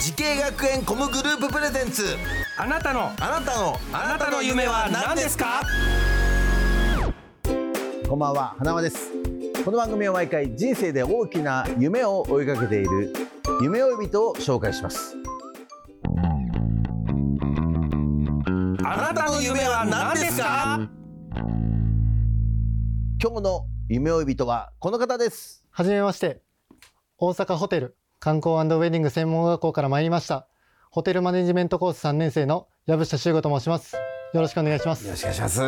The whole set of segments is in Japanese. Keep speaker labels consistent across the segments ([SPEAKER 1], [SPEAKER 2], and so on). [SPEAKER 1] 時系学園コムグループプレゼンツ
[SPEAKER 2] あなたの
[SPEAKER 1] あなたのあなたの夢は何ですか
[SPEAKER 3] こんばんは花輪ですこの番組は毎回人生で大きな夢を追いかけている夢追い人を紹介します
[SPEAKER 1] あなたの夢は何ですか
[SPEAKER 3] 今日の夢追い人はこの方です
[SPEAKER 4] はじめまして。大阪ホテル観光ウェディング専門学校から参りました。ホテルマネジメントコース3年生の藪下修吾と申します。よろしくお願いします。
[SPEAKER 3] よろしくお願いします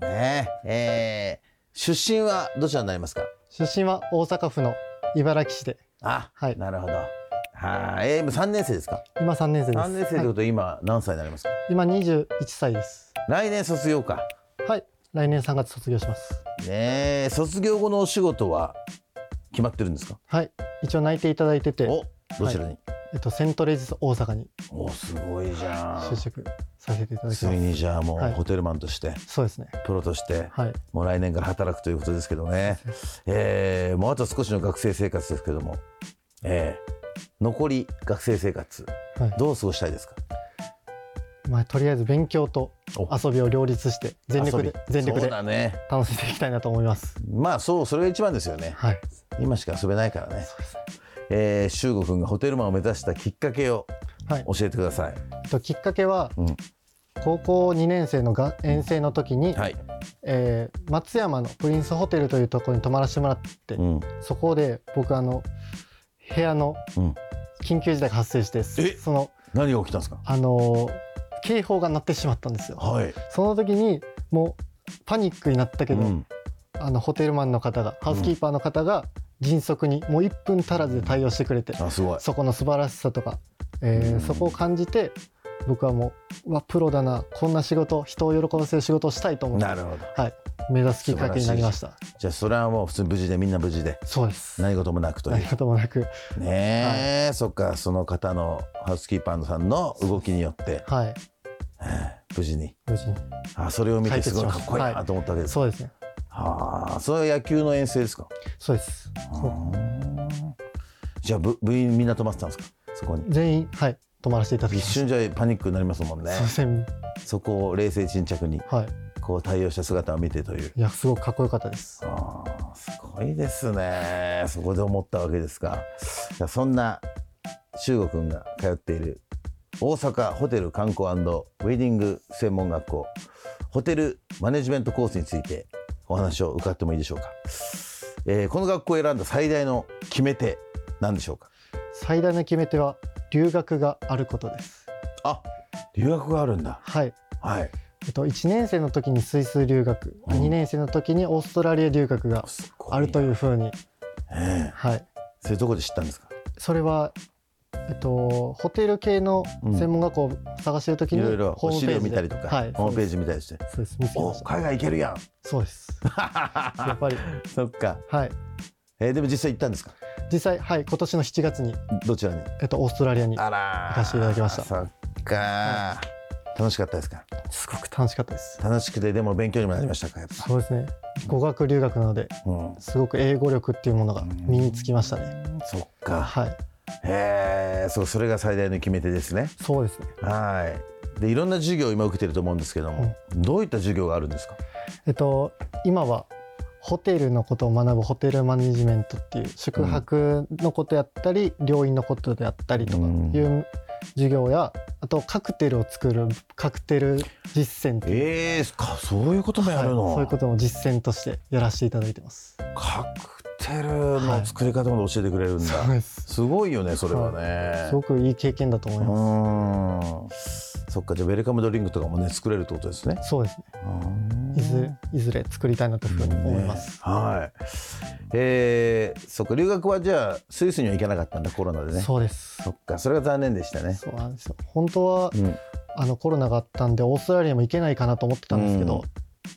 [SPEAKER 3] ねええー、出身はどちらになりますか
[SPEAKER 4] 出身は大阪府の茨城市で、
[SPEAKER 3] あ、
[SPEAKER 4] はい
[SPEAKER 3] なるほどはい、えー、今3年生ですか
[SPEAKER 4] 今3年生です。
[SPEAKER 3] 3年生という
[SPEAKER 4] は
[SPEAKER 3] こ
[SPEAKER 4] い
[SPEAKER 3] とは今何歳になりますか、
[SPEAKER 4] 今21歳です。
[SPEAKER 3] 来年卒業か
[SPEAKER 4] はい。来年3月卒業します。
[SPEAKER 3] ねえ卒業後のお仕事は決まってるんですか
[SPEAKER 4] はい。一応内定いただいてて、
[SPEAKER 3] おどちらに、
[SPEAKER 4] えっと、セントレイズ大阪に
[SPEAKER 3] おすごいじゃ
[SPEAKER 4] 就職させていただ
[SPEAKER 3] ん
[SPEAKER 4] き
[SPEAKER 3] つ
[SPEAKER 4] ま
[SPEAKER 3] い
[SPEAKER 4] す。
[SPEAKER 3] にじゃあも
[SPEAKER 4] は
[SPEAKER 3] う
[SPEAKER 4] い
[SPEAKER 3] ホテルマンとして、
[SPEAKER 4] そうですね。
[SPEAKER 3] プロとして、
[SPEAKER 4] はい。
[SPEAKER 3] もう来年から働くということですけどね、えーもうあと少しの学生生活ですけども、えー残り学生生活、
[SPEAKER 4] はい
[SPEAKER 3] どう過ごしたいですか
[SPEAKER 4] まあ、とりあえず勉強と遊びを両立して、全力で
[SPEAKER 3] 遊、び
[SPEAKER 4] 全力
[SPEAKER 3] そう
[SPEAKER 4] で
[SPEAKER 3] だね
[SPEAKER 4] 楽しんでいきたいなと思います。
[SPEAKER 3] まあそうそれが一番ですよね
[SPEAKER 4] はい。
[SPEAKER 3] 今しか遊べないからね
[SPEAKER 4] そうですね。
[SPEAKER 3] えー、修吾君がホテルマンを目指したきっかけを
[SPEAKER 4] はい。
[SPEAKER 3] 教えてください、
[SPEAKER 4] えっときっかけは、
[SPEAKER 3] うん
[SPEAKER 4] 高校2年生のが遠征の時に、
[SPEAKER 3] はい、
[SPEAKER 4] えー松山のプリンスホテルというところに泊まらせてもらって、
[SPEAKER 3] うん、
[SPEAKER 4] そこで僕あの部屋の
[SPEAKER 3] うん
[SPEAKER 4] 緊急事態が発生して、
[SPEAKER 3] え
[SPEAKER 4] その
[SPEAKER 3] 何が起きたんですか
[SPEAKER 4] あのー警報が鳴ってしまったんですよ。
[SPEAKER 3] はい、
[SPEAKER 4] その時にもうパニックになったけど、
[SPEAKER 3] うん
[SPEAKER 4] あのホテルマンの方がハウスキーパーの方が迅速にもう1分足らずで対応してくれて、
[SPEAKER 3] あすごい
[SPEAKER 4] そこの素晴らしさとか、えー
[SPEAKER 3] うん
[SPEAKER 4] そこを感じて僕はもううわプロだなこんな仕事人を喜ばせる仕事をしたいと思って
[SPEAKER 3] なるほど
[SPEAKER 4] 目指すきっかけになりました
[SPEAKER 3] じゃあそれはもう普通に無事でみんな無事で
[SPEAKER 4] そうです
[SPEAKER 3] 何事もなくという
[SPEAKER 4] 何事もなく
[SPEAKER 3] ねえ、そっかその方のハウスキーパーさんの動きによって
[SPEAKER 4] はい
[SPEAKER 3] 無事に
[SPEAKER 4] 無事に
[SPEAKER 3] あそれを見て
[SPEAKER 4] 解
[SPEAKER 3] す
[SPEAKER 4] 決
[SPEAKER 3] ごい
[SPEAKER 4] しま
[SPEAKER 3] か
[SPEAKER 4] した
[SPEAKER 3] っこいいなと思ったわけです、
[SPEAKER 4] そうですね
[SPEAKER 3] はあそれは野球の遠征ですか
[SPEAKER 4] そうです
[SPEAKER 3] じゃあ部部員みんな泊まってたんですかそこに
[SPEAKER 4] 全員はい泊まらせていただきま
[SPEAKER 3] 一
[SPEAKER 4] した
[SPEAKER 3] 瞬じゃパニックになりますもんね
[SPEAKER 4] そうですね
[SPEAKER 3] そこを冷静沈着に
[SPEAKER 4] はい
[SPEAKER 3] こう対応した姿を見てという
[SPEAKER 4] いやすごくかっこよかったです
[SPEAKER 3] ああすごいですねそこで思ったわけですかじゃあそんな修吾君が通っている大阪ホテル観光ウェディング専門学校ホテルマネジメントコースについてお話を伺ってもいいでしょうか、えーこの学校を選んだ最大の決め手なんでしょうか
[SPEAKER 4] 最大の決め手は留学があることです
[SPEAKER 3] あ留学があるんだ
[SPEAKER 4] はい
[SPEAKER 3] はい
[SPEAKER 4] えっと、1年生の時にスイス留学、
[SPEAKER 3] うん
[SPEAKER 4] 2年生の時にオーストラリア留学が
[SPEAKER 3] すごいな
[SPEAKER 4] あるというふうに、
[SPEAKER 3] ええ
[SPEAKER 4] はい、
[SPEAKER 3] それどこで知ったんですか
[SPEAKER 4] それは、えっと、ホテル系の専門学校を探してる時
[SPEAKER 3] い
[SPEAKER 4] に、
[SPEAKER 3] ろいろ
[SPEAKER 4] ホーム
[SPEAKER 3] 資
[SPEAKER 4] ペー
[SPEAKER 3] 料
[SPEAKER 4] ジ
[SPEAKER 3] 見
[SPEAKER 4] で
[SPEAKER 3] たりとか、
[SPEAKER 4] はい、
[SPEAKER 3] ホームページ見たりして
[SPEAKER 4] そうです見つけ
[SPEAKER 3] お
[SPEAKER 4] ました
[SPEAKER 3] 海外行けるやん
[SPEAKER 4] そうです やっぱり
[SPEAKER 3] そっか
[SPEAKER 4] はい
[SPEAKER 3] えーでも実際行ったんですか
[SPEAKER 4] 実際はい今年の7月に、
[SPEAKER 3] どちらに
[SPEAKER 4] えっと、オーストラリアに
[SPEAKER 3] あら
[SPEAKER 4] 行かせていただきました
[SPEAKER 3] そっか、楽しかったですか
[SPEAKER 4] すごく楽しかったです
[SPEAKER 3] 楽しくてでも勉強にもなりましたかやっぱ
[SPEAKER 4] そうですね語学留学なので
[SPEAKER 3] うん
[SPEAKER 4] すごく英語力っていうものが身につきましたね
[SPEAKER 3] そっか
[SPEAKER 4] はい
[SPEAKER 3] へえそうそれが最大の決め手ですね
[SPEAKER 4] そうですね
[SPEAKER 3] はいでいろんな授業を今受けてると思うんですけども、どういった授業があるんですか
[SPEAKER 4] えっと、今はホテルのことを学ぶホテルマネジメントっていう宿泊のことやったり、病院のことであったりとか
[SPEAKER 3] うん
[SPEAKER 4] いう授業やあとカクテルを作るカクテル実践っていう、
[SPEAKER 3] えー、かそういうこともやるの、
[SPEAKER 4] はいそういうことも実践としてやらせていただいてます。
[SPEAKER 3] カクテルの作り方まで教えてくれるんだ、
[SPEAKER 4] そうです
[SPEAKER 3] すごいよねそれはね、
[SPEAKER 4] すごくいい経験だと思
[SPEAKER 3] う
[SPEAKER 4] いま
[SPEAKER 3] んそっかじゃあウェルカムドリンクとかもね作れるってことですね
[SPEAKER 4] す。そうですね。
[SPEAKER 3] うーん
[SPEAKER 4] いずいずれ作りたいなというふうに思います。
[SPEAKER 3] はい。えー、そっか、留学はじゃあ、スイスには行けなかったんだ、コロナでね。そ
[SPEAKER 4] そうです。
[SPEAKER 3] っか、それが残念でしたね。
[SPEAKER 4] そうなんですよ。本当は、
[SPEAKER 3] うん
[SPEAKER 4] あのコロナがあったんでオーストラリアも行けないかなと思ってたんですけど、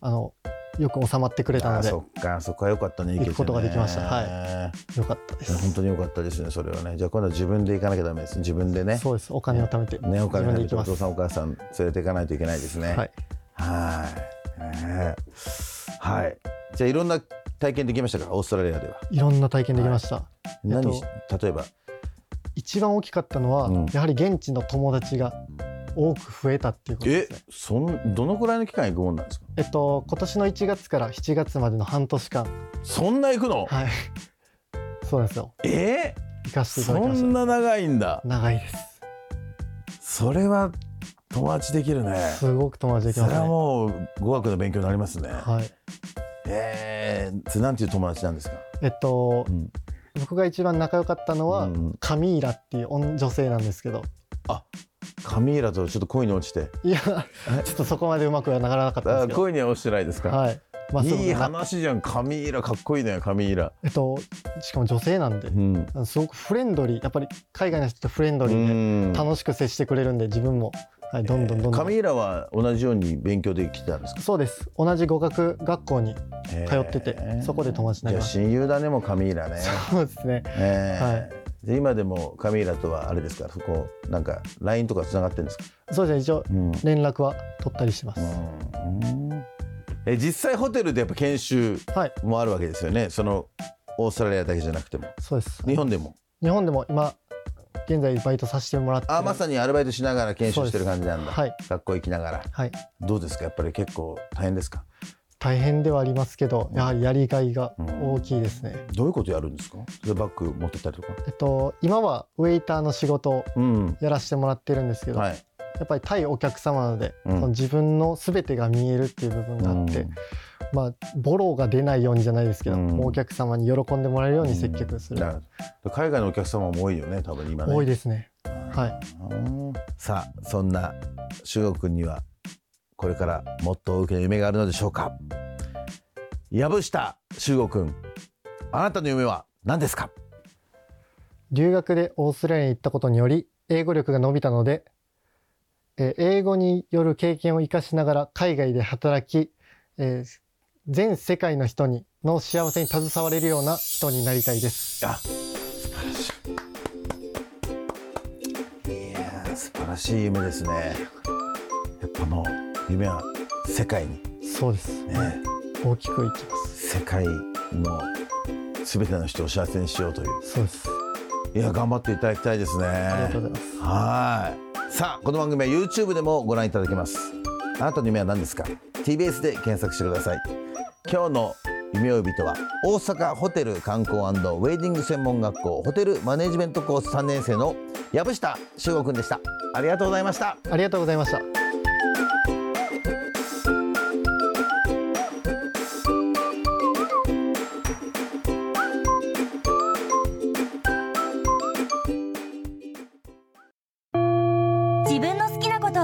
[SPEAKER 3] うん
[SPEAKER 4] あのよく収まってくれた
[SPEAKER 3] あ
[SPEAKER 4] の
[SPEAKER 3] ー
[SPEAKER 4] で
[SPEAKER 3] そっか、そこは良かったね。行けてね
[SPEAKER 4] 行くことができましたはい
[SPEAKER 3] い
[SPEAKER 4] よかったで
[SPEAKER 3] や本
[SPEAKER 4] す。
[SPEAKER 3] 当に良かったですね、それはね。じゃあ今度は自分で行かなきゃダメですね。自分でね。
[SPEAKER 4] そうです。お金を貯めて、
[SPEAKER 3] ね、お金貯
[SPEAKER 4] 自分で
[SPEAKER 3] め
[SPEAKER 4] 行
[SPEAKER 3] て
[SPEAKER 4] き
[SPEAKER 3] お
[SPEAKER 4] ます
[SPEAKER 3] 父。さんお母さん連れて行かないといけないですね。
[SPEAKER 4] はい。
[SPEAKER 3] はい。ねはい。じゃあいろんな体験できましたか、オーストラリアでは。
[SPEAKER 4] いろんな体験できました。
[SPEAKER 3] 何し、例えば。
[SPEAKER 4] 一番大きかったのは、
[SPEAKER 3] うん
[SPEAKER 4] やはり現地の友達が多く増えたっていうことで
[SPEAKER 3] え
[SPEAKER 4] すね。、
[SPEAKER 3] そんどのくらいの期間行くもんなんですか。
[SPEAKER 4] えっと今年の1月から7月までの半年間、
[SPEAKER 3] そんな行くの？
[SPEAKER 4] はい。 そうなんですよ。
[SPEAKER 3] えー
[SPEAKER 4] 行かせていただき
[SPEAKER 3] そ
[SPEAKER 4] まし
[SPEAKER 3] んな長いんだ
[SPEAKER 4] た。。長いです。
[SPEAKER 3] それは友達できるね。
[SPEAKER 4] すごく友達でき
[SPEAKER 3] そ
[SPEAKER 4] ま
[SPEAKER 3] れ
[SPEAKER 4] す
[SPEAKER 3] は
[SPEAKER 4] ね。
[SPEAKER 3] もう語学の勉強になりますね。
[SPEAKER 4] はい。
[SPEAKER 3] ええー、なんていう友達なんですか。
[SPEAKER 4] えっと、
[SPEAKER 3] うん
[SPEAKER 4] 僕が一番仲良かったのは、
[SPEAKER 3] うん
[SPEAKER 4] カミーラっていう女女性なんですけど
[SPEAKER 3] カミーラとちょっと恋に落ちて。
[SPEAKER 4] いやちょっとそこまでうまくはならなかった
[SPEAKER 3] あ
[SPEAKER 4] んですけ
[SPEAKER 3] 恋には落ちてないですか。
[SPEAKER 4] どはい、まあ、すごく
[SPEAKER 3] いい
[SPEAKER 4] な
[SPEAKER 3] 話じゃん、カミーラかっこいいね、カミーラ。
[SPEAKER 4] えっとしかも女性なんで
[SPEAKER 3] うん。
[SPEAKER 4] あのすごくフレンドリーやっぱり海外の人ってフレンドリー
[SPEAKER 3] うん
[SPEAKER 4] で楽しく接してくれるんで自分も、はい、どんどんどんど
[SPEAKER 3] カ
[SPEAKER 4] ん、
[SPEAKER 3] ミーラは同じように勉強できてたんですか。
[SPEAKER 4] そうです同じ語学学校に通ってて、
[SPEAKER 3] えー
[SPEAKER 4] そこで友達に
[SPEAKER 3] じゃ
[SPEAKER 4] なり
[SPEAKER 3] あ
[SPEAKER 4] まし
[SPEAKER 3] 親友だね、もうカミーラね。
[SPEAKER 4] たそうですね
[SPEAKER 3] えー
[SPEAKER 4] はい
[SPEAKER 3] で今でもカミーラとはあれですか、そこなんか LINE とか繋がってるんですか。
[SPEAKER 4] そうですね一応
[SPEAKER 3] うん
[SPEAKER 4] 連絡は取ったりしてます、
[SPEAKER 3] うんえ実際ホテルでやっぱ研修
[SPEAKER 4] はい
[SPEAKER 3] もあるわけですよねそのオーストラリアだけじゃなくても
[SPEAKER 4] そうです
[SPEAKER 3] 日本でも
[SPEAKER 4] 日本でも今現在バイトさせてもらってる
[SPEAKER 3] あまさにアルバイトしながら研修してる感じなんだ、
[SPEAKER 4] はい
[SPEAKER 3] 学校行きながら
[SPEAKER 4] はい
[SPEAKER 3] どうですかやっぱり結構大変ですか
[SPEAKER 4] 大変ではありますけどやはりやりがいが大きいですね、
[SPEAKER 3] どういうことやるんですかそれバッグ持ってったりとか
[SPEAKER 4] えっと今はウェイターの仕事を
[SPEAKER 3] うん
[SPEAKER 4] やらせてもらってるんですけど、
[SPEAKER 3] はい
[SPEAKER 4] やっぱり対お客様なので、
[SPEAKER 3] うん
[SPEAKER 4] その自分の全てが見えるっていう部分があって、
[SPEAKER 3] うん
[SPEAKER 4] まあボロが出ないようにじゃないですけど、
[SPEAKER 3] うん
[SPEAKER 4] もうお客様に喜んでもらえるように接客する、
[SPEAKER 3] なるほど海外のお客様も多いよね多分今ね
[SPEAKER 4] 多いですねはい
[SPEAKER 3] うんさあそんな修吾君にはこれからもっと大きな夢があるのでしょうか藪下修吾君あなたの夢は何ですか
[SPEAKER 4] 留学でオーストラリアに行ったことにより英語力が伸びたので、えー英語による経験を生かしながら海外で働き、えー全世界の人にの幸せに携われるような人になりたいです。
[SPEAKER 3] いやー素晴らしい夢ですねやっぱもう夢は世界に
[SPEAKER 4] そうです。
[SPEAKER 3] ね
[SPEAKER 4] 大きくいきます。
[SPEAKER 3] 世界の全ての人を幸せにしようという
[SPEAKER 4] そうです。
[SPEAKER 3] いや頑張っていただきたいですね
[SPEAKER 4] ありがとうございます。
[SPEAKER 3] はい。さあ、この番組は YouTube でもご覧いただけます。あなたの夢は何ですか ?TBS で検索してください。今日の夢呼びとは、大阪ホテル観光ウェイディング専門学校ホテルマネジメントコース3年生の藪下修吾くんでした。ありがとうございました。
[SPEAKER 4] ありがとうございました。
[SPEAKER 5] 自分の好きなこと